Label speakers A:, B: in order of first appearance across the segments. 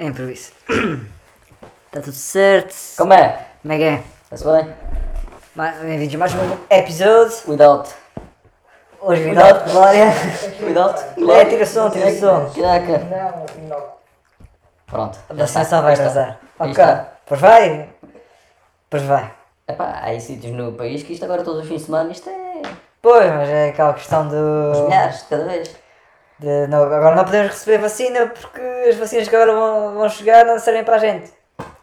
A: É improviso. Está tudo certo?
B: Como é?
A: Como é que é?
B: Está-se bem?
A: Ma- Bem-vindos a mais um episódio.
B: Without.
A: Hoje vim dar de glória.
B: Without?
A: É, tira som, tira som.
B: Caraca.
C: Não, não.
B: Pronto.
A: A só vai atrasar. Ok.
B: Aí está.
A: Pois vai. Pois vai.
B: Epá, há aí sítios no país que isto agora todos os fins de semana isto é...
A: Pois, mas é aquela questão do.
B: Milhares, de cada vez.
A: de não- agora não podemos receber vacina porque as vacinas que agora vão, vão chegar não servem para a gente.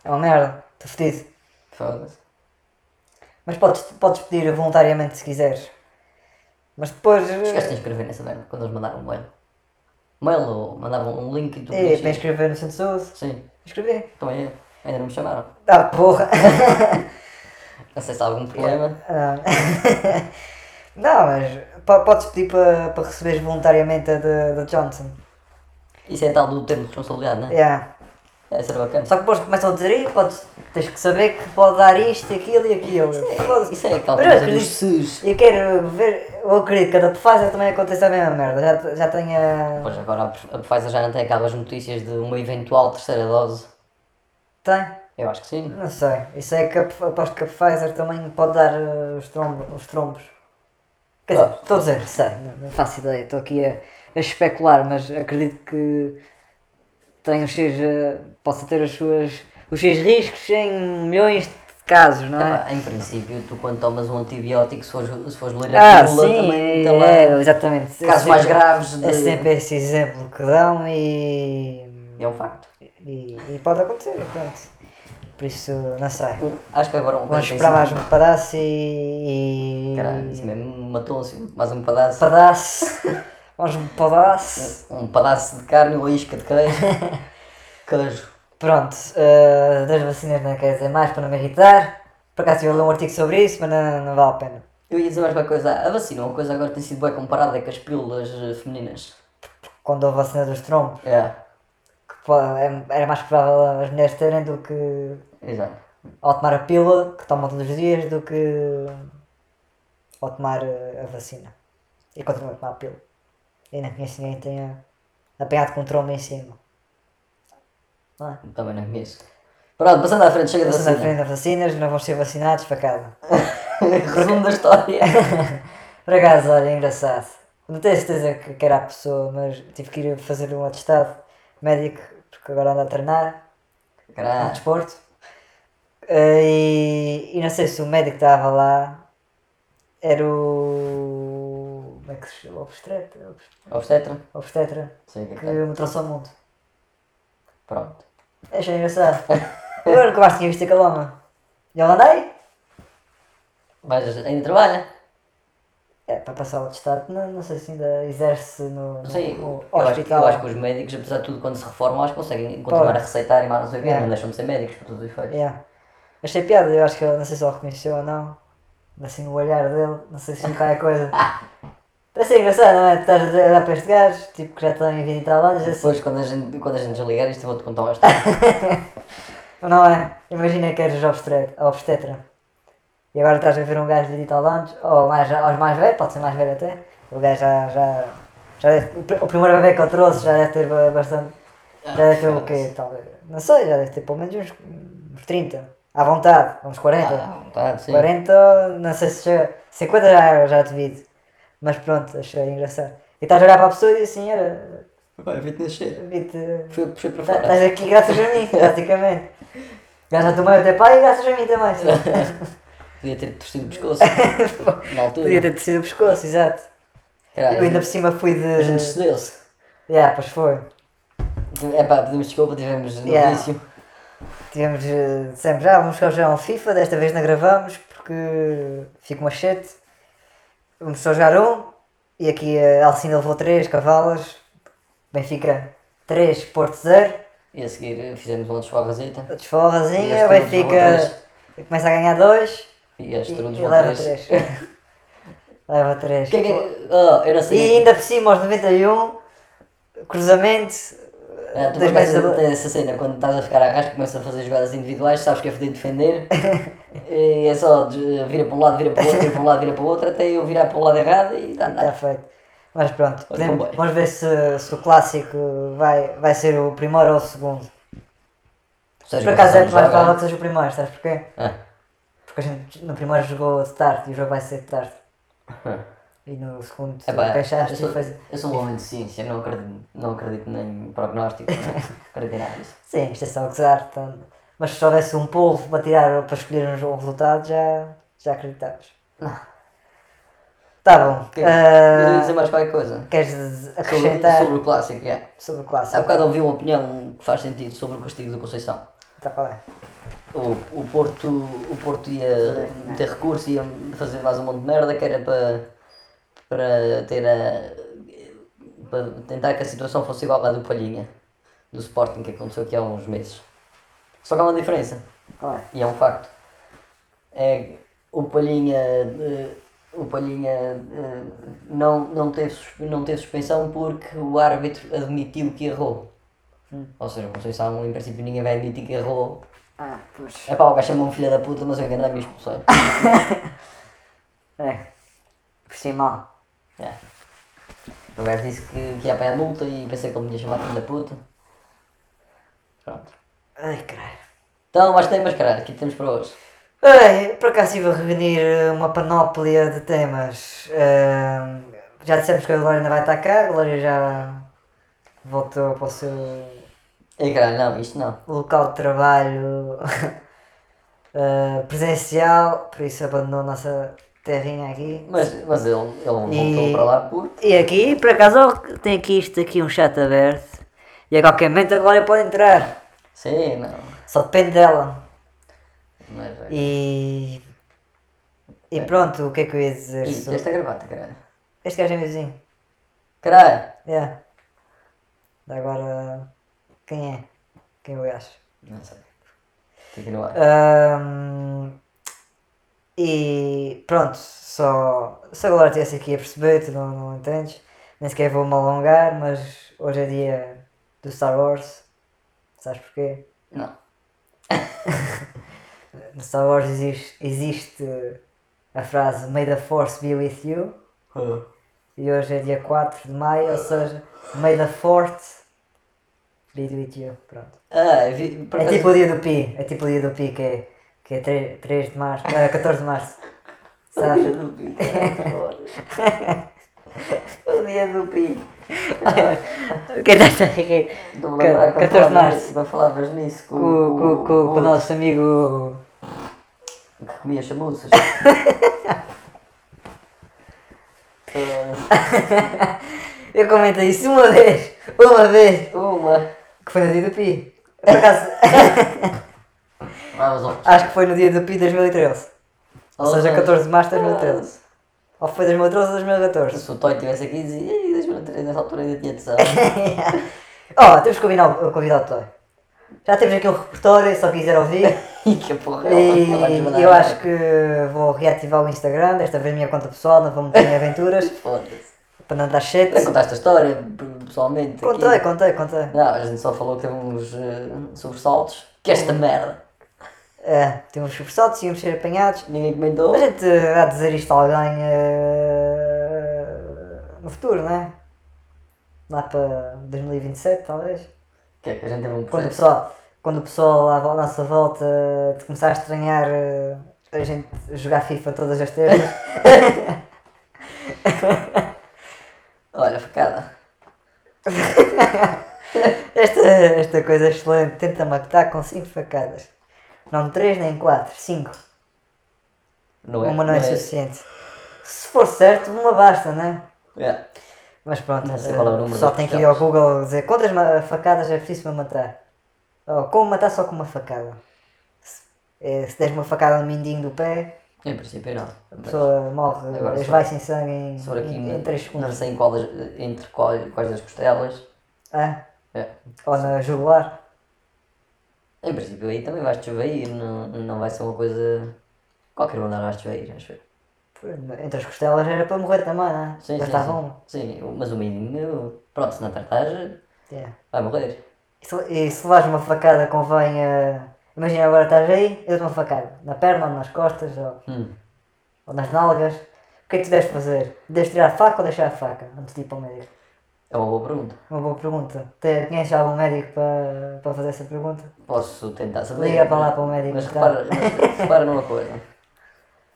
A: É uma merda. Estou fodido.
B: Foda-se.
A: Mas podes, podes pedir voluntariamente se quiseres. Mas depois. eh,
B: Chegaste a inscrever nessa merda quando eles mandaram um mail. Mail ou mandavam um link do
A: É, para inscrever no Centro de Saúde.
B: Sim.
A: Escrever.
B: Então é. Ainda não me chamaram.
A: Ah, porra!
B: Não sei se há algum problema.
A: Ah. Não, mas po- podes pedir para pa receberes voluntariamente a da da Johnson.
B: Isso é tal do termo de responsabilidade, não é?
A: Yeah.
B: É ser bacana.
A: Só que depois começam a dizer aí, podes, tens que saber que pode dar isto, aquilo e aquilo. Foda-se.
B: Isso é aquela
A: Mas eu
B: coisa dos
A: acredito-
B: SUS.
A: Eu quero ver, eu acredito que a da Pfizer também acontece a mesma merda. Já, já tenho a.
B: Pois agora a Pfizer já não tem aquelas notícias de uma eventual terceira dose.
A: Tem?
B: Eu acho que sim.
A: Não sei. Isso é que a Pf- aposto que a Pfizer também pode dar eh, os, trombo- os trombos. Quer dizer,
B: Ah.
A: estou a dizer, sei, não, não faço ideia, estou aqui a, a especular, mas acredito que tem os seus, eh, possa ter as suas, os seus riscos em milhões de casos, não é?
B: Epá, em princípio, tu quando tomas um antibiótico, se fores, se fores ler a
A: Ah,
B: pílula,
A: sim,
B: também
A: é,
B: tem lá.
A: é, exatamente. É
B: casos mais
A: sempre-
B: graves de-
A: É sempre esse exemplo que dão e,
B: É um facto.
A: e, e pode acontecer, pronto. Por isso, não sei.
B: Acho que agora um
A: Vamos esperar mais um pedaço e. e-
B: Caralho, isso mesmo, matou-se. Mais um pedaço.
A: pedaço. Vamos um pedaço.
B: Um pedaço de carne ou isca de queijo. queijo.
A: Pronto, eh, das vacinas não quero dizer mais para não me irritar. Por acaso eu li um artigo sobre isso, mas não, não vale a pena.
B: Eu ia dizer mais uma coisa. A vacina, uma coisa agora tem sido bem comparada com as pílulas eh, femininas.
A: Quando a vacina dos trombos,
B: É,
A: que po- é- era mais provável as mulheres terem do que
B: exato.
A: ao tomar a pílula, que tomam todos os dias, do que ao tomar eh, a vacina. E continuo a tomar a pílula. E não conheço ninguém que tenha apanhado com um trombo em cima. Não é?
B: Também não conheço. Pronto, passando à frente, chega da
A: Vocês à
B: vacina.
A: frente das vacinas, não vão ser vacinados para casa.
B: Resumo da história.
A: Por acaso, olha, é engraçado. Não tenho certeza que, que era a pessoa, mas tive que ir fazer um atestado médico, porque agora ando a treinar, no
B: Caralho.
A: desporto. Eh, E, e não sei se o médico que estava lá era o. Como é que se chama? Obstetra?
B: Obstetra?
A: Obstetra?
B: Sei o que é
A: Que
B: que é.
A: me trouxe ao mundo.
B: Pronto.
A: Achei engraçado. Eu nunca mais tinha visto aquele homem. E eu andei?
B: Mas ainda trabalha?
A: É, para passar o atestado, não, não sei se ainda exerce no, no,
B: Sim,
A: no
B: eu acho,
A: hospital.
B: eu acho que os médicos, apesar de tudo, quando se reformam, acho que conseguem continuar a receitar e mais não sei o quê,
A: É.
B: não deixam de ser médicos por todos os efeitos.
A: Yeah. Achei piada, eu acho que ele, não sei se ele reconheceu ou não, mas assim o olhar dele, não sei se qualquer coisa. Deve ser engraçado, não é? Estás a olhar para este gajo, tipo que já tem 20 e tal anos, assim,
B: Depois, quando a gente, quando a gente desligar isto, eu vou-te contar uma história.
A: não é? Imagina que eres obstetra, obstetra. e agora estás a ver um gajo de 20 e tal anos, ou mais, aos mais velhos, pode ser mais velho até, o gajo já. já, já deve- o pr- o primeiro bebê que eu trouxe já deve ter ba- bastante. Já deve ter o quê? Talvez. Não sei, já deve ter pelo menos uns, uns 30. À vontade, uns 40.
B: Ah, à vontade, sim.
A: 40, não sei se chega. 50 já, já devido. Mas pronto, achei engraçado. E estás a olhar para a pessoa e assim, era.
B: Vai, vi-te nascer.
A: vi-te-
B: Foi o que puxei para fora.
A: Estás aqui é graças a mim, praticamente. Graças a tua mãe e ao teu pai e graças a mim também.
B: Podia ter torcido o pescoço. Na
A: Podia
B: altura.
A: ter tecido o pescoço, exato.
B: Caralho,
A: Eu ainda por cima fui
B: a gente
A: de.
B: cedeu-se.
A: Yeah, pois foi.
B: É pá, pedimos desculpa, tivemos no
A: Yeah.
B: início.
A: Tivemos, eh, dissemos, já vamos só jogar um FIFA, desta vez não gravamos porque fico machete. Vamos só jogar um. E aqui a Alcina levou 3 cavalas, Benfica 3, Porto 0.
B: E a seguir eh, fizemos uma desforrazita. E
A: Desforrazinha,
B: este
A: Benfica começa a ganhar 2
B: E as
A: e,
B: trudes
A: e
B: vão
A: leva
B: três.
A: 3. leva 3.
B: Que é que é? Oh, era assim.
A: E ainda por cima aos 91, cruzamento,
B: Ah, tu
A: dois metros
B: começas a
A: a-
B: ter essa cena, quando estás a ficar a rasca, começas a fazer jogadas individuais, sabes que é fodido defender, e é só de- vira para um lado, vira para o outro, vira para um lado, vira para o outro, até eu virar para o lado errado e
A: Está
B: dá nada.
A: feito. Mas pronto, podemos-
B: comboio.
A: vamos ver se, se o clássico vai, vai ser o primeiro ou o segundo.
B: Sérgio
A: Por acaso é
B: Conceição
A: que mais
B: joga.
A: provável que seja o primeiro, sabes porquê?
B: Ah,
A: Porque a gente no primeiro jogou de tarde e o jogo vai ser de tarde. E no segundo tu
B: epá, é eu,
A: fechaste
B: sou,
A: e fez.
B: eu sou um homem de ciência, não acredito, não acredito nem em prognóstico, não é? acredito em nada disso.
A: Sim, isto é só gozar, portanto. Mas se houvesse um povo para tirar, para escolher um, um resultado, já, já acreditavas.
B: Ah.
A: Tá bom.
B: Ok,
A: ah,
B: Eu ia dizer mais qualquer coisa.
A: queres des-
B: Sobre,
A: acrescentar
B: sobre o clássico, yeah.
A: sobre o
B: Há
A: clássico?
B: bocado ouvi uma opinião que faz sentido sobre o castigo do Conceição.
A: Tá para lá.
B: O, o, Porto, o Porto ia ter recurso, ia fazer mais um monte de merda que era para, para ter a. para tentar que a situação fosse igual à do Palhinha, do Sporting, que aconteceu aqui há uns meses. Só que há uma diferença,
A: Qual é?
B: e é um facto. É que o Palhinha. eh, o Palhinha eh, não, não, teve, sus- não teve suspensão porque o árbitro admitiu que errou. Ou seja, o Conceição, em um princípio, ninguém vai admitir que errou
A: Ah, pois.
B: é pá, o gajo chamou um filho da puta, mas eu enganei me expulsar.
A: É. Por si mal.
B: É. O gajo disse que, que ia apanhar multa e pensei que ele me ia chamar de filho da puta. Pronto.
A: Ai, caralho.
B: Então, mais temas, caralho, o que temos para hoje?
A: Ai, por acaso estive a reunir eh, uma panóplia de temas. Ahm, já dissemos que a Glória ainda vai estar cá, a Glória já voltou para o seu
B: Ei, caralho, não, isto não.
A: local de trabalho ah, presencial, por isso abandonou a nossa terrinha aqui.
B: Mas, mas ele, ele voltou
A: E-
B: para lá porque.
A: E aqui, por acaso, ó, tem aqui isto aqui, um chat aberto. E a qualquer momento a Glória pode entrar.
B: Sim, não.
A: Só depende dela.
B: Mas, é.
A: E. E pronto, o que é que eu ia dizer?
B: Ih,
A: sobre-
B: esta gravata, caralho.
A: Este gajo é meu vizinho.
B: Caralho!
A: É. Agora. Quem é? Quem é o gajo?
B: Não sei. Fica no ar.
A: Ahm, e pronto, só. Se agora estivesse aqui a perceber, tu não, não entendes. Nem sequer vou-me alongar, mas hoje é dia do Star Wars. Sabes porquê?
B: Não.
A: No Star Wars existe, existe a frase May the Force be with you. E hoje é dia 4 de maio, ou seja, May the Force be with you. Pronto.
B: Ah, eu vi. Por
A: É
B: acaso-
A: tipo o dia do Pi, é tipo o dia do Pi que é, que é 3, de março, ah, 14 de março.
B: O dia
A: Sabe?
B: do Pi, caralho. O dia do Pi.
A: O que é que estás a rir?
B: Estou-me a lembrar
A: Ca-
B: quando
A: 14 de
B: falavas-
A: março.
B: Quando falavas nisso com,
A: Com, com, com, com o nosso amigo.
B: que comia chamuças.
A: Eu comento isso uma vez, uma vez,
B: Ah, Uma.
A: que foi no dia do Pi. Por acaso,
B: Lá os outros.
A: acho que foi no dia do Pi 2013. Ou seja, 14 de março de 2013. Ou foi 2013 ou 2014.
B: Ah, Se o Toy estivesse aqui dizia, ei, 2013, nessa altura ainda tinha tesão.
A: oh, temos que combinar, o- convidar o Toy. Já temos aqui um repertório, só quiser ouvir.
B: e que porra, ela- ela vai
A: E eu
B: mandar-
A: acho que vou reativar o Instagram, desta vez minha conta pessoal, não vou meter em aventuras,
B: Foda-se.
A: para não dar shit.
B: Já contaste a história, pessoalmente. aqui.
A: Contei, contei, contei.
B: Não, a gente só falou que teve uns eh, sobressaltos. Que esta
A: Uhum.
B: merda.
A: É, tínhamos sobressaltos, tínhamos ser apanhados.
B: Ninguém comentou.
A: A gente há de dizer isto a alguém eh, no futuro, não é? Lá para 2027, talvez.
B: Que é que a gente teve um
A: Quando o
B: processo.
A: pessoal, quando o pessoal à vo- nossa volta te começar a estranhar eh, a gente jogar FIFA todas as terças.
B: Olha, facada.
A: Esta, esta coisa é excelente. Tenta matar com 5 facadas. Não 3 nem 4, 5.
B: Não é.
A: Uma não é suficiente. Se for certo, uma basta, né?
B: Yeah.
A: Mas pronto,
B: Não sei
A: eh,
B: qual é o
A: o
B: número
A: pessoal
B: das
A: tem que ir ao Google dizer quantas ma- facadas é preciso para matar. Ou como matar só com uma facada. Se, eh, se deres uma facada no mindinho do pé,
B: Em princípio não.
A: a pessoa morre,
B: Agora,
A: esvai sem sangue em,
B: Sobre aqui
A: em, em 3
B: não
A: segundos.
B: sei em qual das- eh, entre qual, quais das costelas.
A: Ah,
B: É.
A: ou na jugular.
B: Em princípio aí também vais desvair, não, não vai ser uma coisa. Qualquer lugar vais desvair, acho eu.
A: Entre as costelas era para morrer também, não é?
B: Sim,
A: Já
B: sim,
A: estava
B: sim. Sim, o- mas o menino, pronto, se não tratares,
A: um. Yeah.
B: vai morrer.
A: E se, e se levares uma facada convém a. Imagina agora estás aí, eu dou uma facada. Na perna, ou nas costas, ou,
B: Hum.
A: ou nas nalgas. O que é que tu deves fazer? Deves tirar a faca ou deixar a faca? Antes de ir para o médico.
B: É uma boa pergunta.
A: Uma boa pergunta. Te- Conheces algum médico para, para fazer essa pergunta?
B: Posso tentar saber.
A: Liga para lá para o médico.
B: Mas
A: que tá. está-
B: repara, mas repara numa coisa.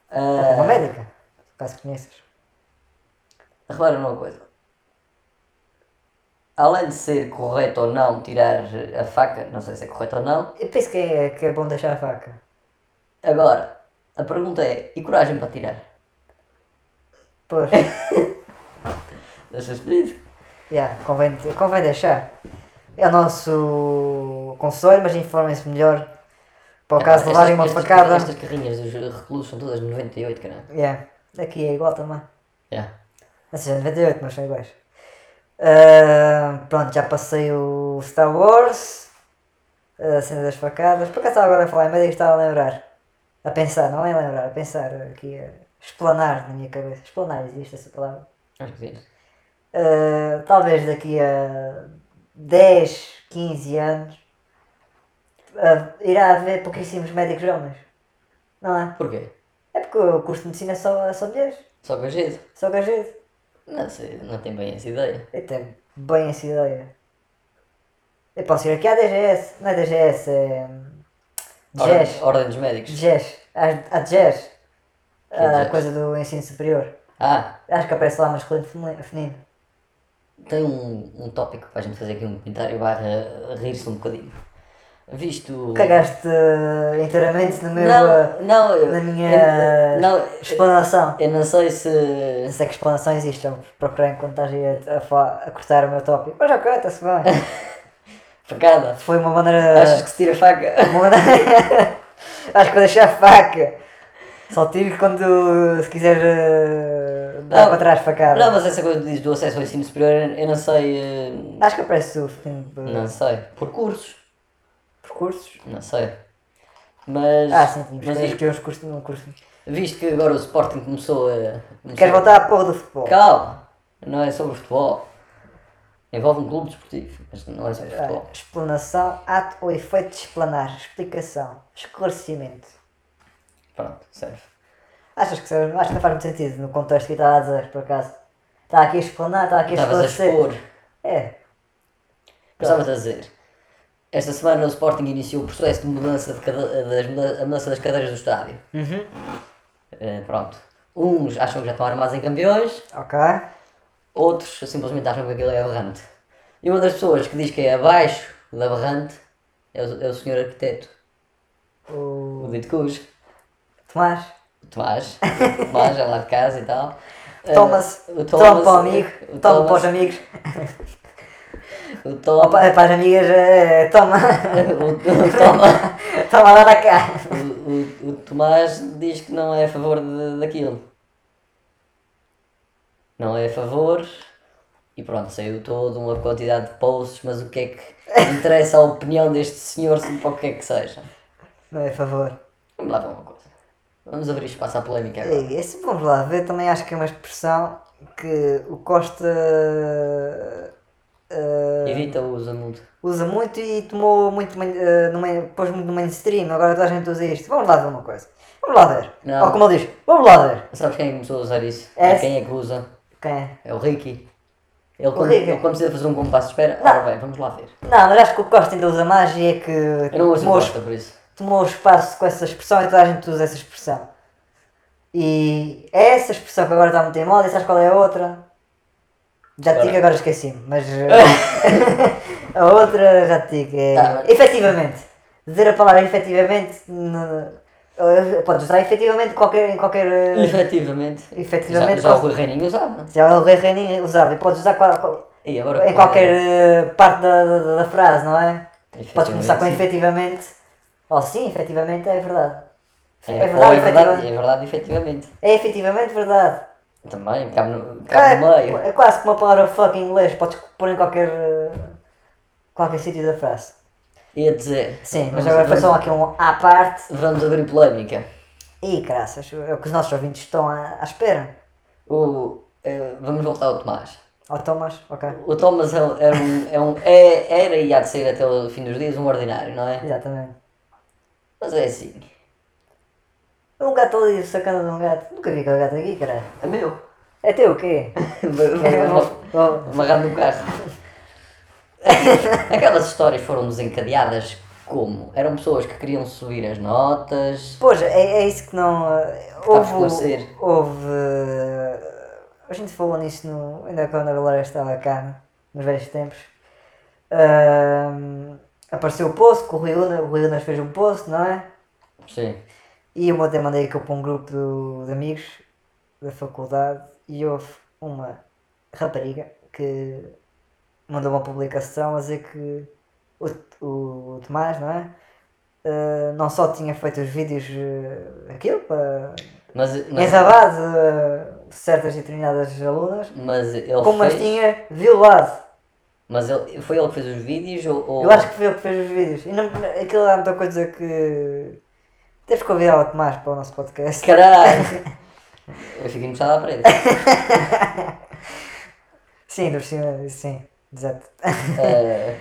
A: Para
B: Ah,
A: uma médica? Caso que conheças.
B: repara numa coisa. Além de ser correto ou não tirar a faca, não sei se é correto ou não,
A: Eu penso que é, que é bom deixar a faca.
B: agora, a pergunta é, e coragem para tirar?
A: Pois,
B: Deixas-te disso?
A: yeah, convém, convém deixar. É o nosso conselho, mas informem-se melhor para o caso de levarem uma
B: Estas-
A: facada.
B: Estas carrinhas dos reclusos são todas de 98, caralho.
A: Yeah. Aqui é igual também.
B: Yeah.
A: Ou seja, 98, mas são iguais. Ah, pronto, já passei o Star Wars, a cena das facadas. Por acaso estava agora a falar, mas eu estava a lembrar. A pensar, não é a lembrar, a pensar aqui, a explanar na minha cabeça. Explanar existe essa palavra.
B: Acho que sim.
A: Ah, talvez daqui a 10, 15 anos ah, irá haver pouquíssimos médicos homens. Não é?
B: Porquê?
A: É porque o curso de medicina é só, é só mulheres,
B: Só com jeito?
A: só gajeiro.
B: Não sei, não tenho bem essa ideia.
A: Eu tenho bem essa ideia. Eu posso ir aqui à DGS. Não é DGS, é. hum, DGES.
B: Ordem, ordem dos médicos.
A: DGES. A a DGES.
B: é
A: A
B: DGES?
A: coisa do ensino superior.
B: Ah,
A: Acho que aparece lá masculino e femini- feminino.
B: tem um, um tópico para a gente fazer aqui um comentário barra rir-se um bocadinho. Visto.
A: Cagaste uh, inteiramente no meu,
B: Não,
A: uh,
B: não, eu.
A: na minha
B: eu- não,
A: explanação.
B: eu não sei se.
A: Não sei que explanação existe, eu procurei enquanto estás aí a, a fa- a cortar o meu tópico. Mas ok, está-se bem.
B: Facada.
A: Foi uma maneira.
B: Achas que se tira faca?
A: Manda- Acho que vou deixar a faca. Só tiro quando se quiser eh, dar
B: Não.
A: para trás facada.
B: Não, mas essa coisa que dizes do acesso ao ensino superior, eu eu não sei. eh,
A: Acho que aparece o fim de
B: Não sei. Por cursos?
A: percursos.
B: Não sei. Mas.
A: Ah, sim, tínhamos
B: mas
A: que escolher uns cursos num curso.
B: Visto que agora o Sporting começou a.
A: Queres
B: começou-
A: voltar à porra do futebol?
B: Calma! Não é sobre futebol. Envolve um clube desportivo, mas não é sobre
A: Ah,
B: futebol.
A: explanação, ato ou efeito de explanar, explicação, esclarecimento.
B: Pronto, serve.
A: Achas que serve? Acho que não faz muito sentido no contexto que eu estava a dizer, por acaso. Está aqui a explanar, está aqui a
B: Estavas a expor.
A: esclarecer. É,
B: Estavas a dizer. Esta semana o Sporting iniciou o processo de mudança, de cade- das, muda- a mudança das cadeiras do estádio.
A: Uhum.
B: Eh, pronto. Uns acham que já estão armados em campeões,
A: ok.
B: outros simplesmente acham que aquilo é aberrante. E uma das pessoas que diz que é abaixo da aberrante é o, é o senhor arquiteto,
A: O
B: o Dito Cus,
A: Tomás.
B: o Tomás, o Tomás é lá de casa e tal. Eh,
A: Thomas,
B: o
A: Tom
B: Thomas-
A: para o amigo,
B: o
A: Tom para
B: Thomas-
A: os amigos,
B: O Tom,
A: Opa, é para as amigas, eh, toma,
B: o, o Toma-
A: toma lá da cá.
B: o- o- o Tomás diz que não é a favor de- daquilo. Não é a favor. E pronto, saiu toda uma quantidade de posts, mas o que é que interessa a opinião deste senhor sobre o que é que seja?
A: Não é favor.
B: Vamos lá ver uma coisa. Vamos abrir espaço à polémica agora.
A: E esse, vamos lá ver, também acho que é uma expressão que o Costa eh,
B: Evita o uso muito.
A: usa muito e tomou muito, main- eh, no main- pôs muito no mainstream, agora toda a gente usa isto. Vamos lá ver uma coisa. Vamos lá ver.
B: Não.
A: Ou como ele diz, vamos lá ver.
B: Sabes quem é que começou a usar isso?
A: É.
B: Quem é que usa?
A: Quem é?
B: É o Ricky. Ele quando,
A: Ricky.
B: ele quando precisa fazer um compasso de espera, ora bem, vamos lá ver.
A: Não, mas acho que o Costa ainda usa mais e é que
B: Eu não uso
A: tomou os
B: Costa por isso.
A: tomou um espaço com essa expressão e toda a gente usa essa expressão. E é essa expressão que agora está muito em moda e sabes qual é a outra? Já te digo, agora esqueci-me, mas eh, a outra já te digo. É,
B: Tá, mas-
A: Efetivamente, dizer a palavra efetivamente, no- eh, podes usar efetivamente qualquer, em qualquer. eh,
B: Efetivamente.
A: Efetivamente,
B: Já, já o
A: quase-
B: Rui Reininho usava.
A: Já o Rei Reininho usava e podes usar qual- qual-
B: E agora,
A: em qualquer
B: é.
A: eh, parte da, da- da frase, não é? Podes começar com
B: Efetivamente, sim.
A: efetivamente. Oh, sim, efetivamente é verdade.
B: É, ou é verdade,
A: efetivamente.
B: é verdade, efetivamente.
A: É efetivamente verdade.
B: Também, cabe no,
A: É,
B: cabe no meio.
A: é quase que uma palavra fuck em inglês, podes pôr em qualquer. eh, qualquer sítio da frase.
B: Ia dizer.
A: Sim, mas
B: vamos-
A: agora foi só aqui um à parte.
B: Vamos abrir polémica.
A: E graças, é o que os nossos ouvintes estão à, à espera.
B: O, eh, vamos voltar ao Tomás.
A: Ó Tomás, ok.
B: O Thomas é, um- era um, é um, é, era e há de ser até o fim dos dias um ordinário, não é?
A: Exatamente.
B: Mas é assim.
A: Um gato ali sacando de um gato. Nunca vi aquele gato aqui, cara.
B: É meu.
A: Até o quê? É
B: Amarrado no carro. Aquelas histórias foram desencadeadas como? Eram pessoas que queriam subir as notas.
A: Pois, é, é isso que não. eh, Houve.
B: esclarecer.
A: Houve. eh, A gente falou nisso no, ainda quando a galera estava cá, nos velhos tempos. Ahm, apareceu o post, que o Rui Unas, o Rui Unas fez um post, não é?
B: Sim.
A: E eu até mandei aquilo para um grupo do- de amigos da faculdade e houve uma rapariga que mandou uma publicação a dizer que o, o, o Tomás, não é? Ah, não só tinha feito os vídeos eh, aquilo para
B: Mas, mas,
A: ensabar de eh, certas e determinadas alunas,
B: mas ele
A: como as
B: fez.
A: tinha violado.
B: Mas ele, foi ele que fez os vídeos ou. ou-
A: Eu acho que foi ele que fez os vídeos. E não, aquilo é muita coisa que. Temos que convidar o Tomás para o nosso podcast.
B: Caralho! Eu fico embuchado à parede.
A: Sim, do cima, sim, exato.
B: Eh, ah,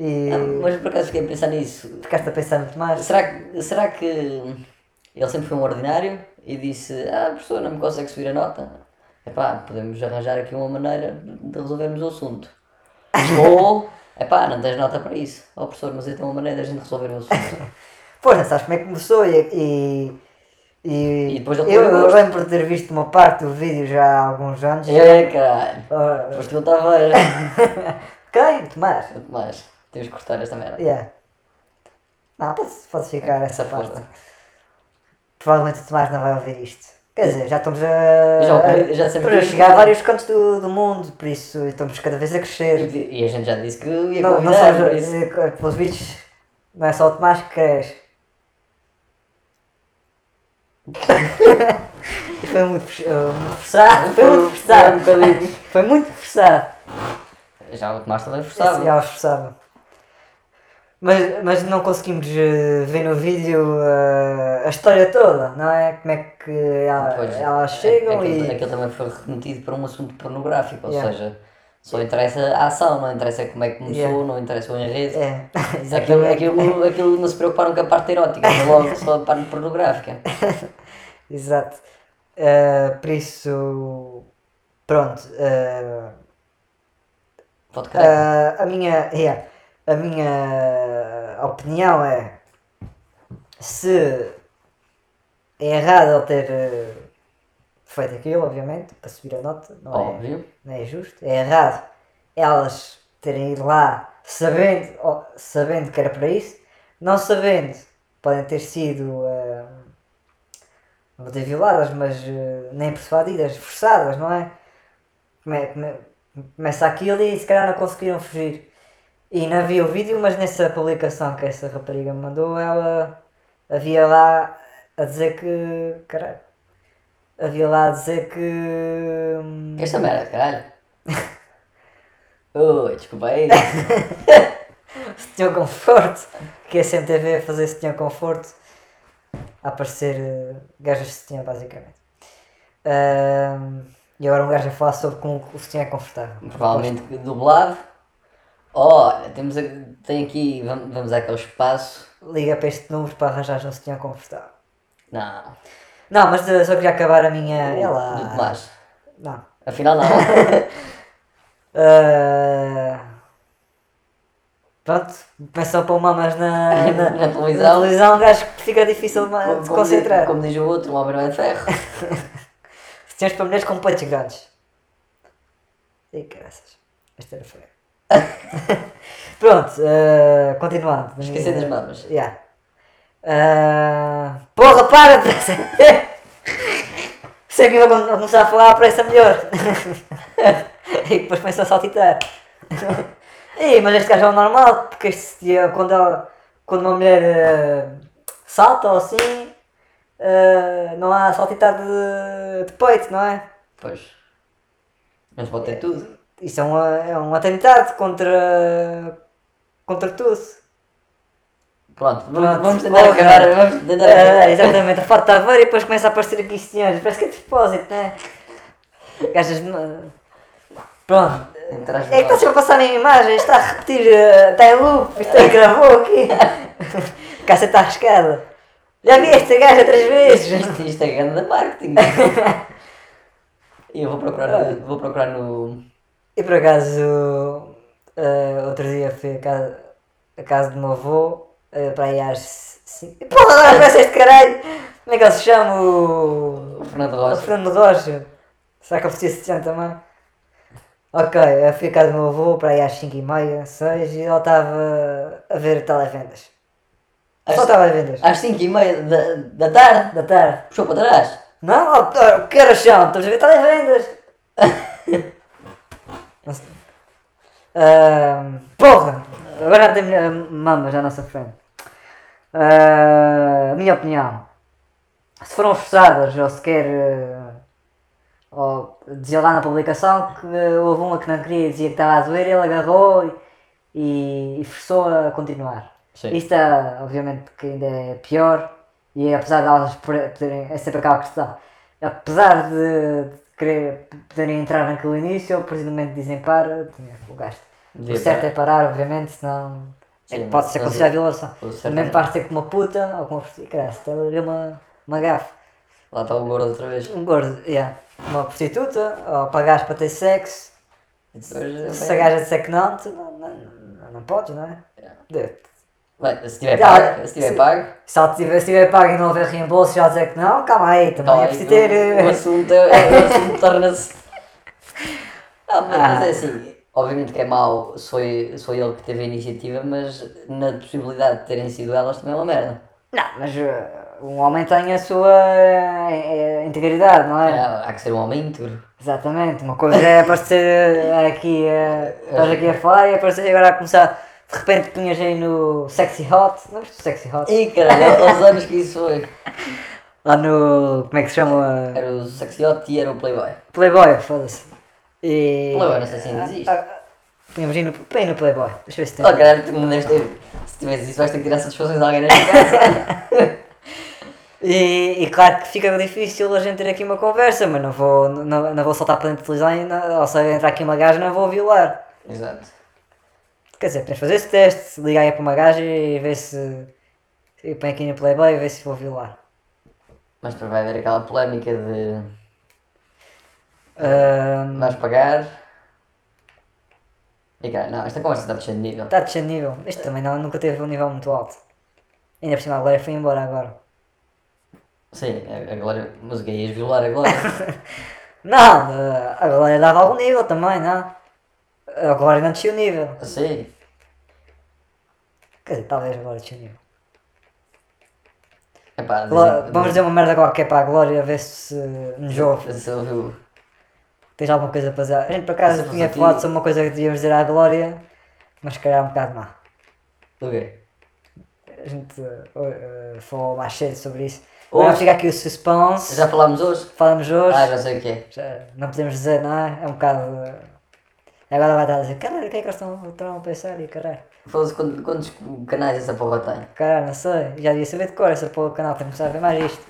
A: E
B: mas por acaso fiquei a pensar nisso.
A: ficaste a pensar muito mais.
B: Será que, será que ele sempre foi um ordinário e disse: Ah, professor, não me consegue subir a nota? Epá, podemos arranjar aqui uma maneira de resolvermos o assunto. Ou, epá, não tens nota para isso. Ó professor, mas eu tenho uma maneira de a gente resolver o assunto.
A: Pois, não sabes como é que começou e. E, e,
B: E depois ele
A: eu,
B: perdeu
A: eu
B: gosto.
A: lembro de ter visto uma parte do vídeo já há alguns anos.
B: é, caralho.
A: Ah,
B: Depois te contava.
A: ok, Tomás.
B: Mas temos que cortar esta merda.
A: Yeah. Não, pode, pode ficar essa
B: Essa
A: parte.
B: parte.
A: Provavelmente o Tomás não vai ouvir isto. Quer dizer, já estamos a,
B: Já- já sempre
A: a
B: quis-
A: chegar a vários cantos do, do mundo, por isso estamos cada vez a crescer.
B: E, e a gente já disse que ia
A: Não, não
B: convidar. por
A: sabes,
B: isso.
A: eh, pelos vídeos, não é só o Tomás que cresce. foi muito fech- eh, muito forçado, foi muito
B: Foi um
A: forçado.
B: bocadinho.
A: Foi muito forçado.
B: Já o Tomás também forçava.
A: Esse já os forçava. Mas, mas não conseguimos eh, ver no vídeo eh, a história toda, não é? Como é que ela-
B: Pois,
A: É, elas chegam
B: aquilo,
A: e.
B: aquilo também foi remetido para um assunto pornográfico, ou
A: Yeah.
B: seja, só interessa a ação, não interessa como é que começou,
A: Yeah.
B: não interessa o enredo.
A: É,
B: Aquilo,
A: exatamente.
B: aquilo, aquilo não se preocuparam com a parte erótica, foi logo só a parte pornográfica.
A: Exato. Eh, por isso. Pronto. eh,
B: Pode crer.
A: Ah, a minha yeah, a minha opinião é se é errado ele ter eh, feito aquilo obviamente para subir a nota não, é,
B: Óbvio.
A: não é justo é errado elas terem ido lá sabendo ó, sabendo que era para isso não sabendo podem ter sido eh, não vou dizer violadas mas eh, nem persuadidas forçadas não é Come- come- começa aquilo e se calhar não conseguiram fugir. E não havia o vídeo, mas nessa publicação que essa rapariga me mandou, ela havia lá a dizer que. Caralho. Havia lá a dizer que. hum,
B: Esta merda, caralho. Ui, desculpa aí.
A: Senhor Conforto, que a CMTV a fazer Senhor Conforto, a aparecer eh, gajas de Senhor, basicamente. Ahm, e agora um gajo a falar sobre como o Senhor é confortável.
B: Provavelmente dublado. Olha, temos a- tem aqui, vamos, vamos àquele espaço.
A: Liga para este número para arranjar um Senhor confortável.
B: Não.
A: Não, mas eh, só queria acabar a minha.
B: Uh,
A: Ela.
B: Do Tomás.
A: Não.
B: Afinal não.
A: Ah, Pronto, começam a pôr mamas na, na,
B: Na televisão.
A: na televisão, um gajo que fica difícil de, ma-
B: Como-
A: de
B: como diz-
A: concentrar.
B: Como diz o outro, um homem não é de ferro.
A: Se tens para mulheres com peitos grandes. E graças. Esta era feia. Pronto, ah, continuando.
B: Esqueci das mamas.
A: Yeah. Ah, porra, para! depressa. Sei que eu vou começar a falar, parece melhor. e depois começa a saltitar. Ei, mas este gajo é o normal, porque este, dia, quando, ela- quando uma mulher eh, salta ou assim, eh, não há saltitar de, de peito, não é?
B: Pois. Mas pode ter tudo.
A: Isso é um, é um atentado contra, contra tudo.
B: Pronto, v-
A: Pronto.
B: vamos tentar
A: Porra.
B: acabar. Vamos tentar
A: Ah,
B: acabar.
A: exatamente, a foto está a ver e depois começa a aparecer aqui senhores. Parece que é de propósito, né? Gajas. de- Pronto.
B: Entras
A: É que está
B: nós.
A: sempre a passar a minha imagem, está a repetir, ah, está em loop, isto aí gravou aqui. Caça está arriscada. Já vi esta gaja três vezes.
B: Isto, isto é grande marketing. E eu vou procurar, no- vou procurar no.
A: E por acaso, eh, outro dia fui a casa, a casa do meu avô, eh, para aí às 5. Porra, agora parece este caralho! Como é que ele se chama? O,
B: o Fernando
A: o
B: Rocha.
A: Fernando Rocha. Será que eu preciso de chama também? Ok, eu fui a casa do meu avô para aí às 5 e meia, 6 e ele estava a ver televendas. Só
B: Às-
A: televendas.
B: Às 5h30 da, da tarde,
A: Da tarde.
B: puxou para trás.
A: Não, ó, ó, que horas são? Estamos a ver televendas! Não sei. Ahm, porra! Agora já tem eh, mamas à nossa frente. Ah, minha opinião. Se foram forçadas ou sequer. eh, ou dizia lá na publicação que houve uma que não queria dizia que estava a doer, ele agarrou e, e forçou a continuar.
B: Sim.
A: Isto é, obviamente, que ainda é pior e é, apesar de elas pre- poderem. é sempre aquela questão. Apesar de, de querer, poderem entrar naquele início, precisamente dizem para, tinha o gasto. O
B: Devia
A: certo
B: parar.
A: é parar, obviamente, senão é que
B: Sim,
A: pode ser
B: mas
A: considerado
B: o-
A: violação.
B: o certo
A: Também
B: é-
A: parte ser com uma puta ou com uma prostituta. Até é ali uma, uma gafe.
B: Lá está o gordo outra vez.
A: Um gordo, yeah. uma prostituta, ou pagares para ter sexo. Se a
B: Depois,
A: gaja disser que não, tu não, não, não, não podes, não é? Deve-
B: Vai, se tiver
A: Yeah,
B: pago, se tiver
A: sim.
B: pago.
A: Se ela tiver, se tiver pago e não houver reembolso, já dizer que não, calma aí, também é
B: Tá,
A: preciso ter.
B: o, o
A: eh,
B: assunto, é- o assunto torna-se. Ah, mas, mas é assim, obviamente que é mau, se foi, se foi ele que teve a iniciativa, mas na possibilidade de terem sido elas também é uma merda.
A: Não, mas eh, um homem tem a sua eh, eh, integridade, não é?
B: Ah, Há que ser um homem íntegro.
A: Exatamente, uma coisa é aparecer eh, aqui, eh, estás aqui a falar e aparecer agora a começar. De repente punhas aí no Sexy Hot, não viste o Sexy Hot?
B: Ih, caralho, aos anos que isso foi.
A: Lá no. como é que se chama?
B: Era o sexiote e era o playboy.
A: Playboy, foda-se. E. Ah,
B: Playboy, não sei se ainda existe.
A: Tínhamos ir no, põe no Playboy, deixa eu ver se tem.
B: Oh, caralho, tu não deves ter. Se tivesse isso, vais ter que tirar satisfações a alguém nesta casa.
A: E, e claro que fica difícil a gente ter aqui uma conversa, mas não vou, não, não vou saltar para dentro de televisão e não, ou se entrar aqui uma gaja não vou violar.
B: Exato.
A: Quer dizer, podemos fazer esse teste, ligar aí para uma gaja e ver se. E põe aqui no Playboy e ver se vou violar.
B: Mas depois vai haver aquela polémica de.
A: Ahm,
B: Vais pagar. E cara, não, esta conversa está descendo de nível.
A: Está descendo nível. Isto também não, nunca teve um nível muito alto. Ainda por cima, agora foi embora agora.
B: Sim, a a Glória. Mas o que é? Ias violar a Glória?
A: Não, eh, a Glória dava algum nível também, não? A Glória não descia o nível.
B: Sim.
A: Quer dizer, talvez a Glória descia o nível.
B: Epá,
A: Gló-
B: dizem-
A: Vamos dizer uma merda qualquer para a Glória, a ver se nos ouve.
B: Se ouviu.
A: Tens alguma coisa para dizer? A gente por acaso
B: Essa
A: tinha
B: positiva.
A: falado sobre uma coisa que devíamos dizer à Glória, mas se calhar um bocado má.
B: O quê?
A: A gente eh, eh, falou mais cedo sobre isso.
B: Hoje-
A: Agora fica aqui o suspense.
B: Já falámos hoje?
A: Falamos hoje.
B: Ah, já sei o que é.
A: Já não podemos dizer, não é? É um bocado. eh, Agora vai estar a dizer, caralho, o que é que eles estão, estão a pensar? E caralho,
B: Foda-se quant- quantos canais essa porra tem.
A: caralho, não sei, já devia saber de cor essa porra do canal, tenho que começar a ver mais isto.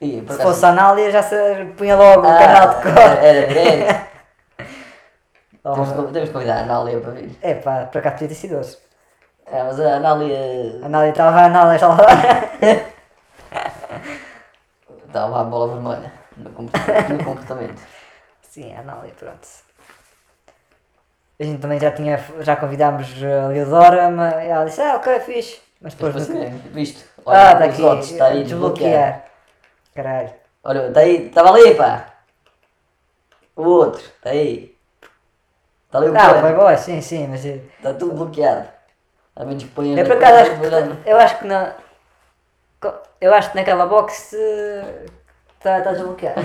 B: Ih, por
A: Se
B: acaso-
A: fosse a Anália, já se punha logo o
B: Ah,
A: canal de cor.
B: Era era direto. Temos
A: Oh,
B: de- Temos de convidar a Anália para vir.
A: é pá, por acaso podia ter sido hoje.
B: É, mas a Anália
A: A Anália estava, a Anália estava lá.
B: dá uma bola vermelha no comportamento. No comportamento.
A: Sim, a Anália, pronto. A gente também já tinha, já convidámos a Leodora, mas ela disse, ah, ok, fixe. Mas depois
B: Mas,
A: nunca.
B: assim, visto?
A: Ah,
B: Olha,
A: daqui,
B: os lotes está aí desbloqueado.
A: desbloquear. Caralho.
B: Olha, está aí, estava ali, pá. O outro, está aí. Está ali o
A: Ah, o
B: plano.
A: Playboy, sim, sim, mas. eu-
B: Está tudo bloqueado. A menos que ponha.
A: Eu É por acaso acho que. Eu acho que na. co- Eu acho que naquela box. Está tá desbloqueado.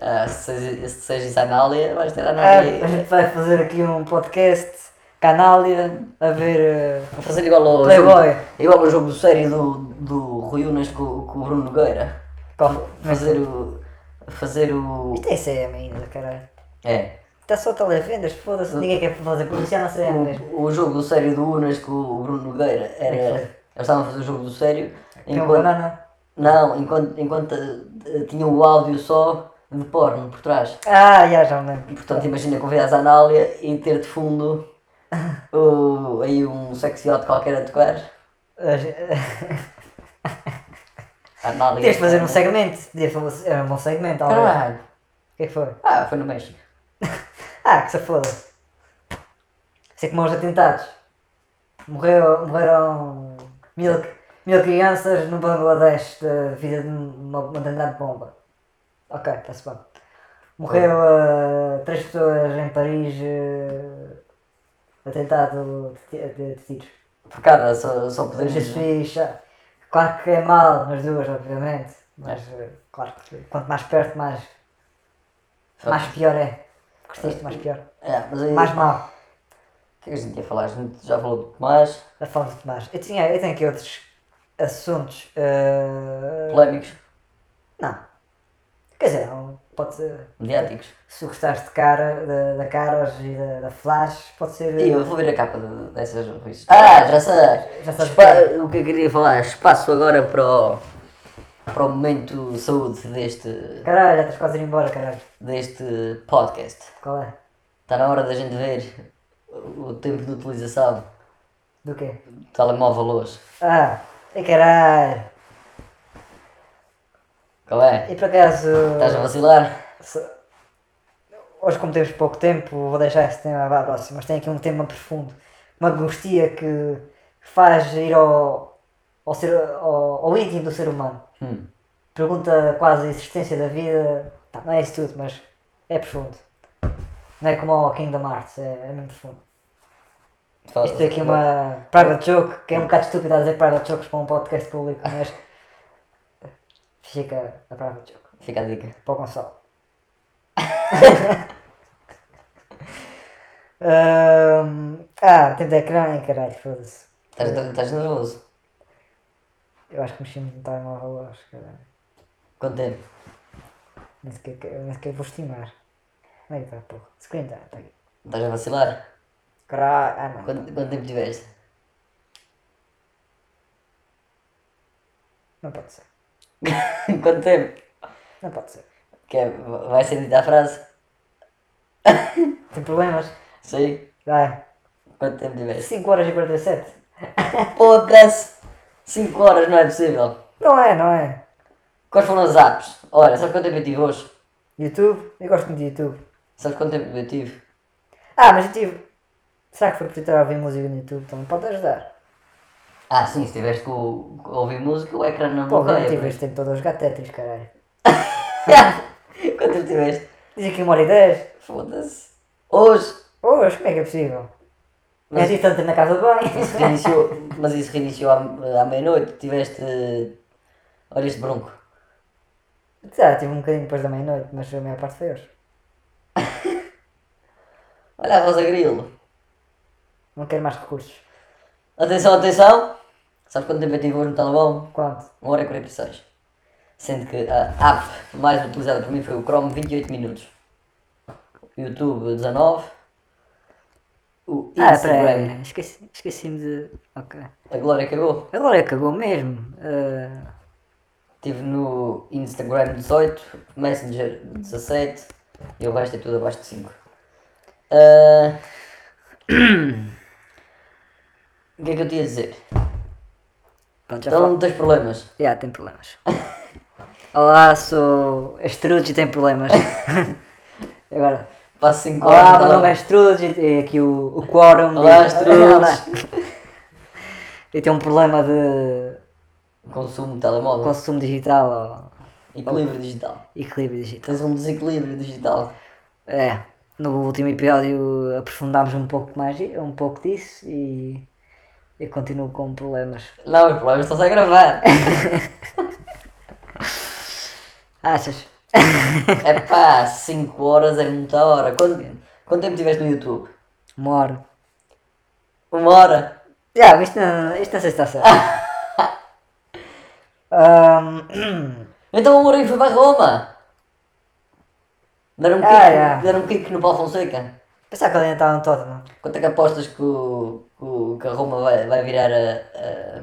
B: Ah, se seja- se seja isso a Anália, vais ter a
A: Ah,
B: Anália.
A: a gente vai fazer aqui um podcast, canália, a ver. eh,
B: Vou fazer igual ao
A: Playboy.
B: jogo, igual ao jogo sério do, do Rui Unas com, com o Bruno Nogueira.
A: qual.
B: Fazer o. Fazer o.
A: Isto é CM ainda, caralho.
B: É.
A: Está Tá só televendas, foda-se, ninguém quer fazer publicidade na CM é mesmo.
B: O, o jogo do sério do Unas com o Bruno Nogueira era. Eles estavam a fazer o jogo do sério.
A: Tem É um uma banana.
B: não, enquanto, enquanto eh, tinha o áudio só de porno por trás.
A: Ah, já, já me lembro.
B: E, portanto, imagina convidares a Anália e ter de fundo o, aí um sexy hot qualquer a tocar.
A: A gen-
B: A análise.
A: Podias fazer um segmento. Podias fazer era um bom segmento. Alves.
B: Caralho.
A: O que é que foi?
B: Ah, foi no México.
A: Ah, que se foda. Sei como aos atentados. Morreu, morreram mil, mil crianças no Bangladesh de vida de uma, um atentado de bomba. Ok, está-se bem. Morreu eh, três pessoas em Paris eh, atentado de, ti- de- de tiros.
B: Por cara, só, só podemos.
A: Je suis cha- Claro que é mal nas duas, obviamente. Mas
B: É.
A: eh, claro que quanto mais perto, mais, mais pior é. Gostaste mais pior.
B: É, mas aí.
A: Mais mal.
B: O que é que a gente ia falar? A gente já falou do Tomás,
A: a falar de Tomás. Eu, tinha, eu tenho aqui outros assuntos. eh,
B: polémicos,
A: Não. Quer dizer, não, pode ser.
B: mediáticos.
A: Se gostares de cara, da, da Caras e da, da Flash, pode ser.
B: E eu vou ver a capa de- dessas revistas. Ah, já sei!
A: Já sabes é.
B: Espa- o que eu queria falar? Espaço agora para o, para o momento saúde deste,
A: eh, Caralho, já estás quase a ir embora, caralho.
B: deste podcast.
A: Qual é?
B: Está na hora da gente ver o tempo de utilização
A: Do quê?
B: do telemóvel hoje.
A: Ah, e caralho.
B: Qual é?
A: E por acaso.
B: Estás a vacilar?
A: se- Hoje, como temos pouco tempo, vou deixar esse tema para a próxima. Mas tem aqui um tema profundo. Uma angustia que faz ir ao, ao, ser, ao, ao íntimo do ser humano.
B: Hum.
A: pergunta quase a existência da vida. Tá, não é isso tudo, mas é profundo. Não é como o Kingdom Hearts, é, é mesmo profundo. Isto é aqui é uma private joke, que é um bocado estúpido a dizer private jokes para um podcast público, mas fica a private joke.
B: Fica a dica.
A: Para o Gonçalo. Ahm, ah, tempo de ecrã, hein, caralho, foda-se.
B: Estás, estás nervoso?
A: Eu acho que mexi muito no telemóvel hoje, caralho.
B: Quanto tempo?
A: Nem sequer, nem sequer vou estimar. Onde é que está, porra? Screen time, está aqui.
B: Estás a vacilar?
A: Caralho, ah não.
B: Quanto, quanto tempo tiveste?
A: Não pode ser.
B: quanto tempo?
A: Não pode ser.
B: Que é, vai ser dita a frase?
A: Tem problemas?
B: Sei.
A: Vai.
B: Quanto tempo tiveste?
A: 5 horas e 47.
B: Foda-se! 5 horas não é possível.
A: Não é, não é?
B: Quais foram os apps? Olha, sabes quanto tempo eu tive hoje?
A: YouTube? Eu gosto muito de YouTube.
B: Sabes quanto tempo eu tive?
A: Ah, mas eu tive. Será que foi por tentar ouvir música no YouTube? Também pode ajudar.
B: Ah, sim, se tiveste com, com ouvir música, o ecrã não
A: Pô, eu
B: bloqueia,
A: não tive
B: pois.
A: este tempo todo a jogar Tetris, caralho.
B: Quanto tempo tiveste?
A: Diz aqui 1 hora e 10.
B: Foda-se. Hoje!
A: Hoje, como é que é possível? Mas isso tanto na casa de
B: Isso
A: banho.
B: reiniciou, mas isso reiniciou à, à meia-noite. Tiveste. eh, Olha este bronco.
A: Já, tive um bocadinho depois da meia-noite, mas a maior parte foi hoje.
B: Olha a Rosa Grilo.
A: Não quero mais recursos.
B: Atenção, atenção! Sabes quanto tempo eu tive hoje no telemóvel?
A: Quanto?
B: 1 hora e 46. Sendo que a app mais utilizada por mim foi o Chrome, 28 minutos. YouTube, 19. O
A: Ah,
B: Instagram,
A: peraí. Esqueci- Esqueci-me de. Ok.
B: a Glória cagou.
A: Agora cagou mesmo. Ah,
B: Estive no Instagram 18, Messenger 17 e o resto é tudo abaixo de 5. Ah, O que é que eu te ia dizer?
A: pronto, já
B: Então não tens problemas.
A: Já, tem problemas. Olá, sou Estrudes e tem problemas. Agora.
B: Passo 5
A: Olá,
B: horas.
A: meu
B: tá
A: nome é
B: bem.
A: Estrudes e aqui o, o quórum.
B: Olá,
A: de-
B: Estrudes.
A: Eu tenho um problema de
B: Consumo de telemóvel.
A: consumo digital
B: Equilíbrio digital.
A: ou equilíbrio digital.
B: Tens um desequilíbrio digital.
A: É, no último episódio aprofundámos um pouco mais i- um pouco disso e eu continuo com problemas.
B: Não, os problemas estão-se a gravar.
A: Achas?
B: É pá, 5 horas é muita hora. Quanto, quanto tempo tiveste no YouTube?
A: Uma hora.
B: Uma hora?
A: Já, mas isto não, isto não sei se está certo. Ahm,
B: Então o Mourinho foi para Roma. Deram um kick,
A: Ah, yeah.
B: deram um kick no Paulo Fonseca.
A: pensava que ele ainda estava no Tottenham.
B: Quanto é que apostas que, o, que, o- que a Roma vai, vai virar a, a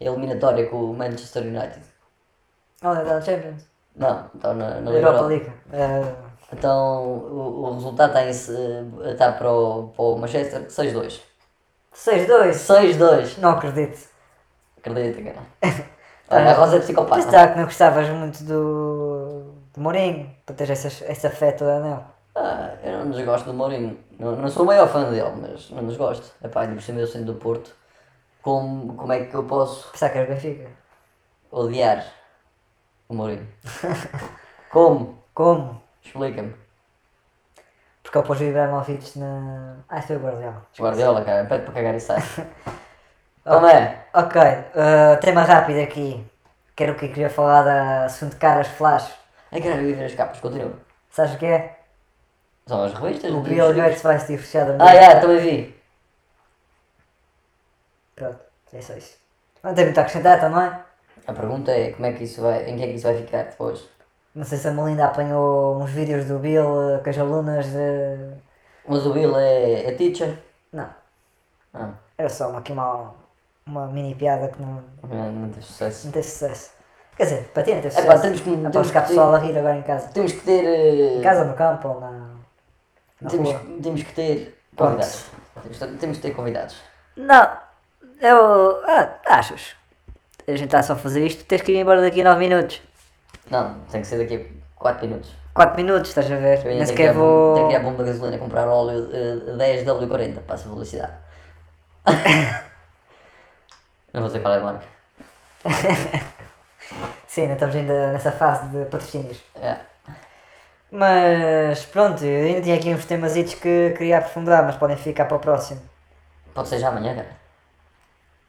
B: eliminatória com o Manchester United?
A: Onde está no Champions?
B: Não, então na, na
A: Na
B: Liga
A: Europa
B: Europa.
A: League. Ah,
B: Então o, o resultado está, em se- está para, o, para o Manchester 6-2.
A: 6-2.
B: 6-2.
A: Não acredito.
B: Acredita, cara. Ana Rosa é
A: Mas
B: psicopata.
A: tá, que não gostavas muito do, do Mourinho, para ter esse, esse afeto a não.
B: Ah, eu não desgosto do Mourinho. Não, não sou o maior fã dele, mas não desgosto. Epá, ainda por cima eu sendo do Porto. Como, como é que eu posso
A: Pensar que era o Benfica.
B: odiar o Mourinho? como?
A: Como?
B: Explica-me.
A: Porque eu pôs o Ibrahimovic na... Ah, isso foi o Guardiola.
B: Guardiola, cara, pede para cagar e sai. Como é?
A: Ok, eh, tema rápido aqui. Que era o que eu queria falar da assunto de caras flash.
B: É que era viver as capas, continua.
A: Sabes o que é?
B: São as revistas?
A: O
B: livros,
A: Bill
B: livros.
A: Gates vai se divorciar da
B: Ah,
A: mulher.
B: já, também vi.
A: Pronto, é só isso. Não tem muito a acrescentar também.
B: A pergunta é como é que isso vai, em que é que isso vai ficar depois?
A: Não sei se a Melinda apanhou uns vídeos do Bill eh, com as alunas de...
B: Mas o Bill é, é teacher?
A: Não,
B: Ah,
A: era só uma, aqui uma, uma mini piada que não,
B: não, não teve sucesso.
A: não teve sucesso. Quer dizer, para ti não teve
B: É
A: sucesso.
B: pá, temos que.
A: É para
B: temos
A: ficar
B: que-
A: pessoal a rir agora em casa.
B: Temos que ter. eh,
A: Em casa, no campo ou na, na
B: temos,
A: rua.
B: temos que ter convidados. Temos, que- temos que ter convidados.
A: Não, eu. Ah, achas? A gente está só a fazer isto, tens que ir embora daqui a 9 minutos.
B: Não, tem que ser daqui a 4 minutos.
A: 4 minutos, estás a ver?
B: Eu
A: Nem
B: ainda
A: sequer
B: Tenho que ir à
A: é vou.
B: bomba de gasolina comprar óleo eh, 10W40, passa a velocidade. não vou dizer qual é a marca.
A: Sim, ainda estamos ainda nessa fase de patrocínios.
B: É.
A: Mas pronto, eu ainda tinha aqui uns temazitos que queria aprofundar, mas podem ficar para o próximo.
B: Pode ser já amanhã, cara.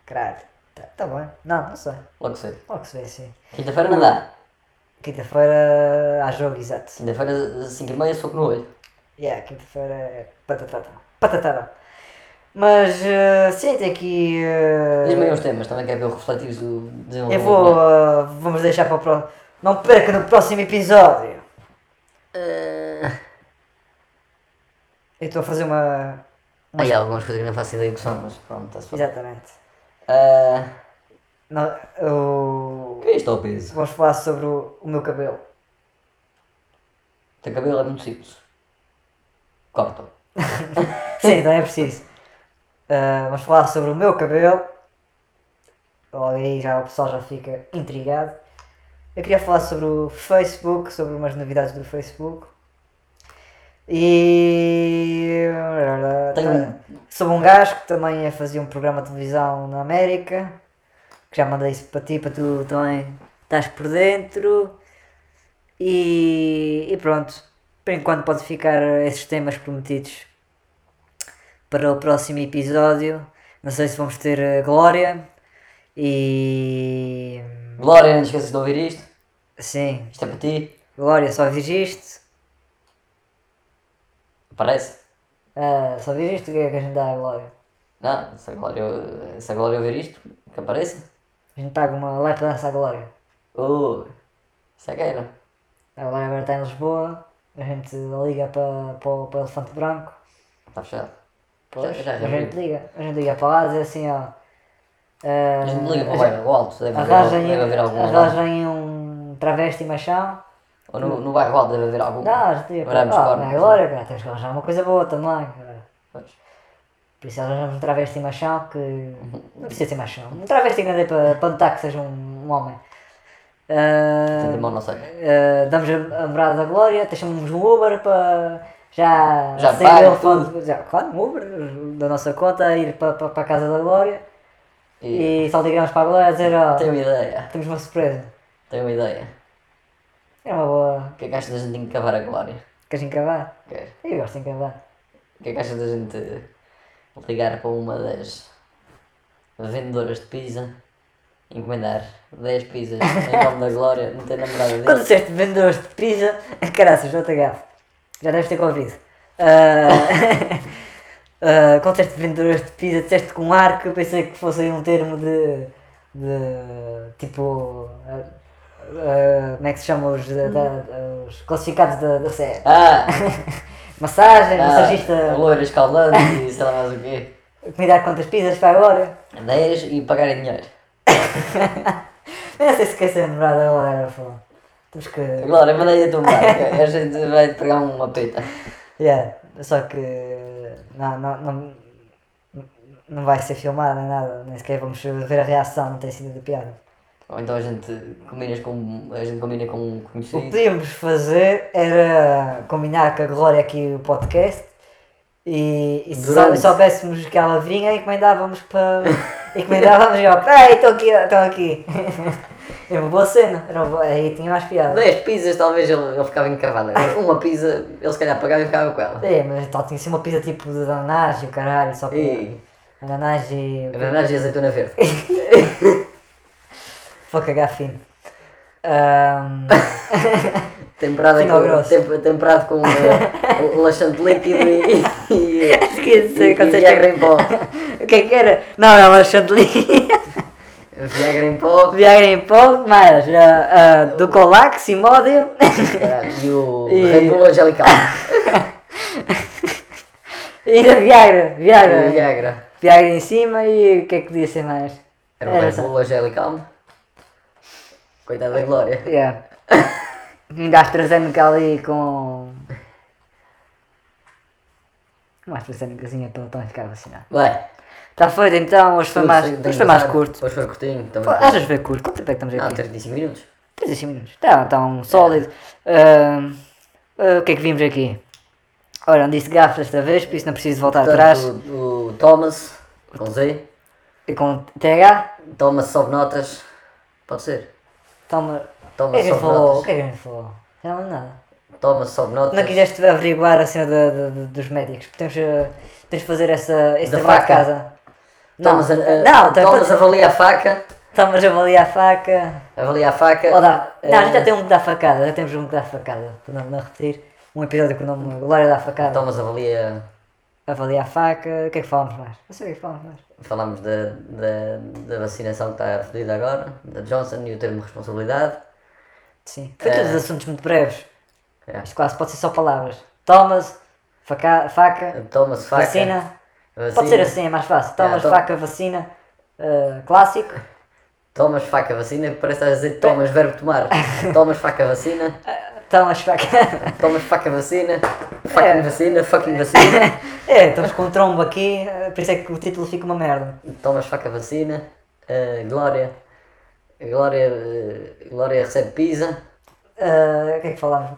A: Caralho, tá, tá bom. Não, não sei.
B: Logo cedo.
A: Logo se vê, sim.
B: Quinta-feira não dá.
A: Quinta-feira há jogo, exato.
B: Quinta-feira, 5 e meia, soco no olho.
A: Yeah, quinta-feira é patatada. Patatada. Mas eh, sim, tem aqui. eh,
B: Diz-me aí uns temas, também quer ver o refletivo do desenvolvimento.
A: Eu vou. uh, vamos deixar para o próximo. Não perca no próximo episódio! Eu estou a fazer uma.
B: Há aí algumas coisas que não faço ideia do que são, mas pronto, está-se bem.
A: Exatamente.
B: Ah,
A: Não, eu-
B: O que é isto ao peso?
A: Vamos falar sobre o, o meu cabelo.
B: O teu cabelo é muito simples. Corta.
A: Sim, não é preciso. Uh, vamos falar sobre o meu cabelo. Logo aí já, o pessoal já fica intrigado. Eu queria falar sobre o Facebook, sobre umas novidades do Facebook. E.
B: Tenho-
A: Sobre um gajo que também fazia um programa de televisão na América. Que já mandei isso para ti, para tu também estás por dentro. E, e pronto. Por enquanto pode ficar esses temas prometidos para o próximo episódio. Não sei se vamos ter eh, Glória. E.
B: Glória, não te esqueças de ouvir isto.
A: Sim,
B: Isto é para ti.
A: Glória, só vigiste.
B: Aparece.
A: Ah, só vigiste o que é que a gente dá a Glória?
B: Não, se a Glória, se a Glória é ouvir isto, que apareça.
A: A gente paga uma live dança à Glória.
B: Uh, isso é que era.
A: A Glória agora está em Lisboa. A gente liga para, para, o- para o Elefante Branco.
B: Está Tá fechado.
A: Pois,
B: já, já
A: a gente
B: revi.
A: liga. A gente liga para lá e diz assim, ó. ah,
B: A gente liga para o bairro Alto, deve haver, al-
A: Arranjem,
B: deve haver algum. lá.
A: arranjem um travesti machão.
B: Ou no, no bairro Alto deve haver algum.
A: Não, a gente liga para
B: Oramos,
A: lá.
B: claro.
A: Não é glória, cara. Temos que arranjar uma coisa boa também. cara.
B: Pois.
A: Por isso arranjamos um travesti machão que. Não precisa ser machão. Um travesti grande é para, para notar que seja um, um homem. Ah,
B: Portanto, a mão não sei.
A: Uh, damos a, a morada da Glória, deixamos um Uber para já,
B: Já
A: sair
B: paga
A: do elefante, já, claro, um Uber da nossa conta, ir para, para, para a casa da Glória
B: E
A: e só ligamos para a Glória a dizer: ó,
B: tenho uma ideia.
A: temos uma surpresa.
B: Tenho uma ideia.
A: É uma boa
B: O que é que achas da gente encavar a Glória?
A: queres encavar?
B: O que é-
A: Eu gosto de encavar.
B: o que é que achas da gente ligar para uma das vendedoras de pizza? Encomendar 10 pizzas em nome da Glória, não tem namorada
A: Quando
B: dele.
A: disseste vendedores de pizza, caraças, não te agafo. Já deves ter convido. Uh, uh, quando disseste vendedores de pizza, disseste com ar que eu pensei que fosse aí um termo de. de tipo. uh, uh, como é que se chama os, da- da- os classificados da, da série?
B: Ah!
A: Massagem,
B: ah
A: massagista,
B: loira escaldante e sei lá mais o quê.
A: comida quantas pizzas para agora?
B: 10 e pagar em dinheiro.
A: Eu não sei se quer ser namorada agora, pô. Temos que.
B: Glória, manda aí a tua marca. A gente vai te pegar uma peta.
A: Yeah, só que não, não, não, não vai ser filmada nada, nem sequer vamos ver a reação, não tem sido de piada.
B: Ou então a gente combina com, a gente combina com um
A: O que
B: conhecido.
A: podíamos fazer era combinar com a Glória aqui o podcast e, e se sou-
B: Durante.
A: soubéssemos que ela vinha, encomendávamos para. encomendávamos e ó, peraí, estou aqui, estou aqui. Era uma boa cena, era uma boa- aí tinha mais piada.
B: 10 pizzas talvez ele, ele ficava encavado. Uma pizza ele se calhar pagava e ficava com ela.
A: É, mas tal, tinha que ser uma pizza tipo de ananás e o caralho, só que.
B: E
A: Ananás e.
B: ananás e é azeitona verde.
A: Vou cagar fino. Ahm,
B: Temperado
A: Fino
B: com,
A: grosso.
B: tem- temperado com uh, laxante de líquido e, e,
A: Esqueci,
B: e, e
A: conceito.
B: Viagra em pó.
A: o que é que era? Não, é uma chantelinha.
B: Viagra em pó.
A: Viagra em pó, mas ah, ah, do Colac, Simódio.
B: caralho, E o
A: E-
B: Red Bull Angelical.
A: E ainda Viagra,
B: E o
A: Viagra.
B: Viagra.
A: Viagra em cima e o que é que podia ser mais?
B: Era um Red Bull Angelical. Coitada da Glória.
A: Yeah. um gajo trazendo ali com. Um gajo AstraZenecazinha para o Tom ficar vacinado.
B: Vai.
A: Está feito então, hoje foi
B: Tudo
A: mais,
B: sem-
A: hoje foi mais
B: engraçado.
A: curto.
B: Hoje foi curtinho.
A: Pô,
B: Também
A: Achas que foi curto? Quanto tempo é que estamos
B: Não,
A: aqui?
B: 35 minutos.
A: 35 minutos. Está tão Tá, um sólido. Ah, ah, o que é que vimos aqui? Ora, não disse gafas desta vez, por isso não preciso voltar Tá
B: Tá,
A: atrás.
B: Portanto, o, o Thomas, com Z.
A: E com TH,
B: Thomas sobe notas. Pode ser.
A: toma. O que
B: Thomas
A: é que a gente
B: sobe
A: falou? O
B: notas.
A: que é que a gente falou? Já não lembro nada.
B: Thomas sobe notas.
A: Não quiseste averiguar a cena da- da- da- dos médicos. Temos, eh, tens de fazer essa, esse
B: Da
A: trabalho de
B: faca.
A: casa. Não,
B: Thomas, eh,
A: não, tá-
B: Thomas avalia a faca.
A: estamos a avaliar a faca.
B: Avalia a faca.
A: Ou dá, não, a gente já
B: eh,
A: tem um que dá facada, já temos um que dá facada, para não, não repetir. Um episódio com o nome Glória da Facada.
B: Thomas então, avalia.
A: Avaliar a faca, o que é que falamos mais? Não sei o que é que falamos mais.
B: Falámos da, da, da vacinação que está fedida agora, da Johnson e o termo responsabilidade.
A: Sim. Foi todos
B: Eh.
A: assuntos muito breves.
B: É.
A: Isto quase pode ser só palavras. Thomas, faca, faca,
B: Thomas Então, faca.
A: vacina.
B: vacina.
A: Pode ser assim, é mais fácil. Thomas,
B: Tom-
A: faca, vacina, eh, clássico.
B: Thomas faca vacina, parece estar a dizer Thomas verbo tomar. Thomas faca vacina.
A: Eh, Thomas, faca.
B: Thomas faca vacina. Fucking vacina, fucking vacina.
A: É, estamos com um trombo aqui, eh, por isso é que o título fica uma merda.
B: Thomas faca vacina. eh, Glória. Glória, eh, Glória recebe pizza.
A: Ah, o que é que falamos?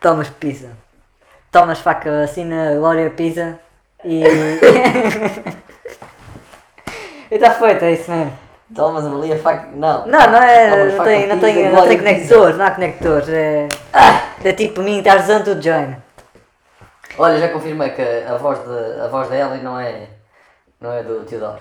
A: Thomas Pizza. Thomas Faca assina Glória Pizza e. e está feito, é isso mesmo.
B: Thomas avalia faca. Não.
A: Não, não é.
B: Thomas
A: Não
B: faca
A: tem, não
B: pizza,
A: tem, não
B: Glória
A: tem
B: pizza.
A: conectores, não há conectores. É, é tipo mim, estás usando o join.
B: Olha, já confirmei que a voz, de, a voz da Ellie não é, não é do Teodoro.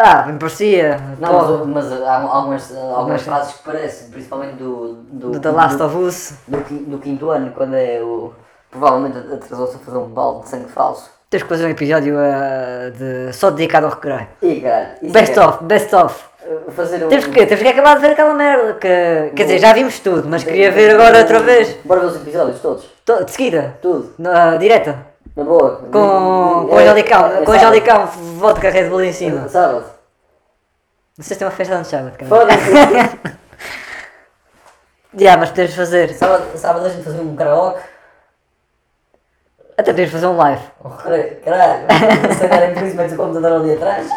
A: Ah, me parecia.
B: Não,
A: pô,
B: mas, o- mas há algumas,
A: Algumas
B: algumas frases que parecem, principalmente do, do,
A: do The Last of Us.
B: do qui- do quinto ano, quando é o. Provavelmente atrasou-se a fazer um balde de sangue falso.
A: Tens que fazer um episódio ah, de, só dedicado ao recreio.
B: E caralho, isso
A: Best
B: é-
A: of, best of.
B: eh, Fazer um.
A: Temos que, temos que acabar de ver aquela merda que. Quer dizer, já vimos tudo, mas queria ver agora outra vez.
B: Bora ver os episódios todos.
A: To- De seguida.
B: Tudo.
A: Na direta.
B: Na boa.
A: Com, com o
B: É-
A: Jalicão.
B: é
A: Com o
B: sábado.
A: Jalicão, vodka Red Bull em cima.
B: Sábado.
A: Não sei se tem uma festa de sábado, cara.
B: Foda-se.
A: Já, mas podemos fazer.
B: sábado. Sábado a gente fazia um karaoke.
A: Até podemos fazer um live.
B: Oh, Caralho, caralho. Se andarem felizmente o computador ali atrás.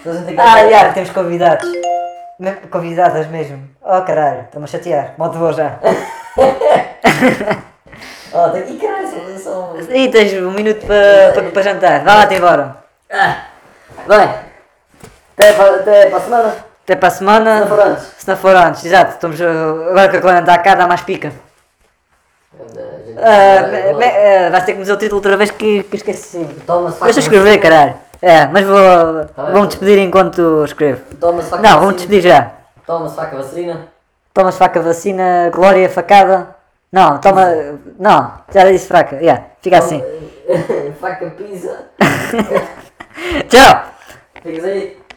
B: Então a gente tem que-
A: Ah, já, temos convidados. Me- Convidadas mesmo. Oh caralho, estão-me a chatear. Moto vou já.
B: É. Oh, tem que caralho, são- são.
A: E tens um minuto
B: É.
A: para pa, pa jantar. Vá lá-te embora.
B: Ah, bem. Até para, até para a semana.
A: Até para a semana.
B: Se não for antes.
A: Se não for antes, exato. Estamos, uh, agora que a Clara está cá, dá mais pica. Ah, me- me- ah, vais ter que me dizer o título outra vez que, que esqueci.
B: Toma
A: Deixa eu escrever, caralho. É, mas vou.
B: Tá
A: Vou-me despedir enquanto escrevo.
B: Toma faca
A: Não, vou-me
B: vacina.
A: despedir já.
B: Toma faca vacina.
A: Tomas faca, vacina, glória, facada. Não, toma. Não, já disse fraca. Yeah, fica assim.
B: faca pizza.
A: Tchau!
B: Ficas aí.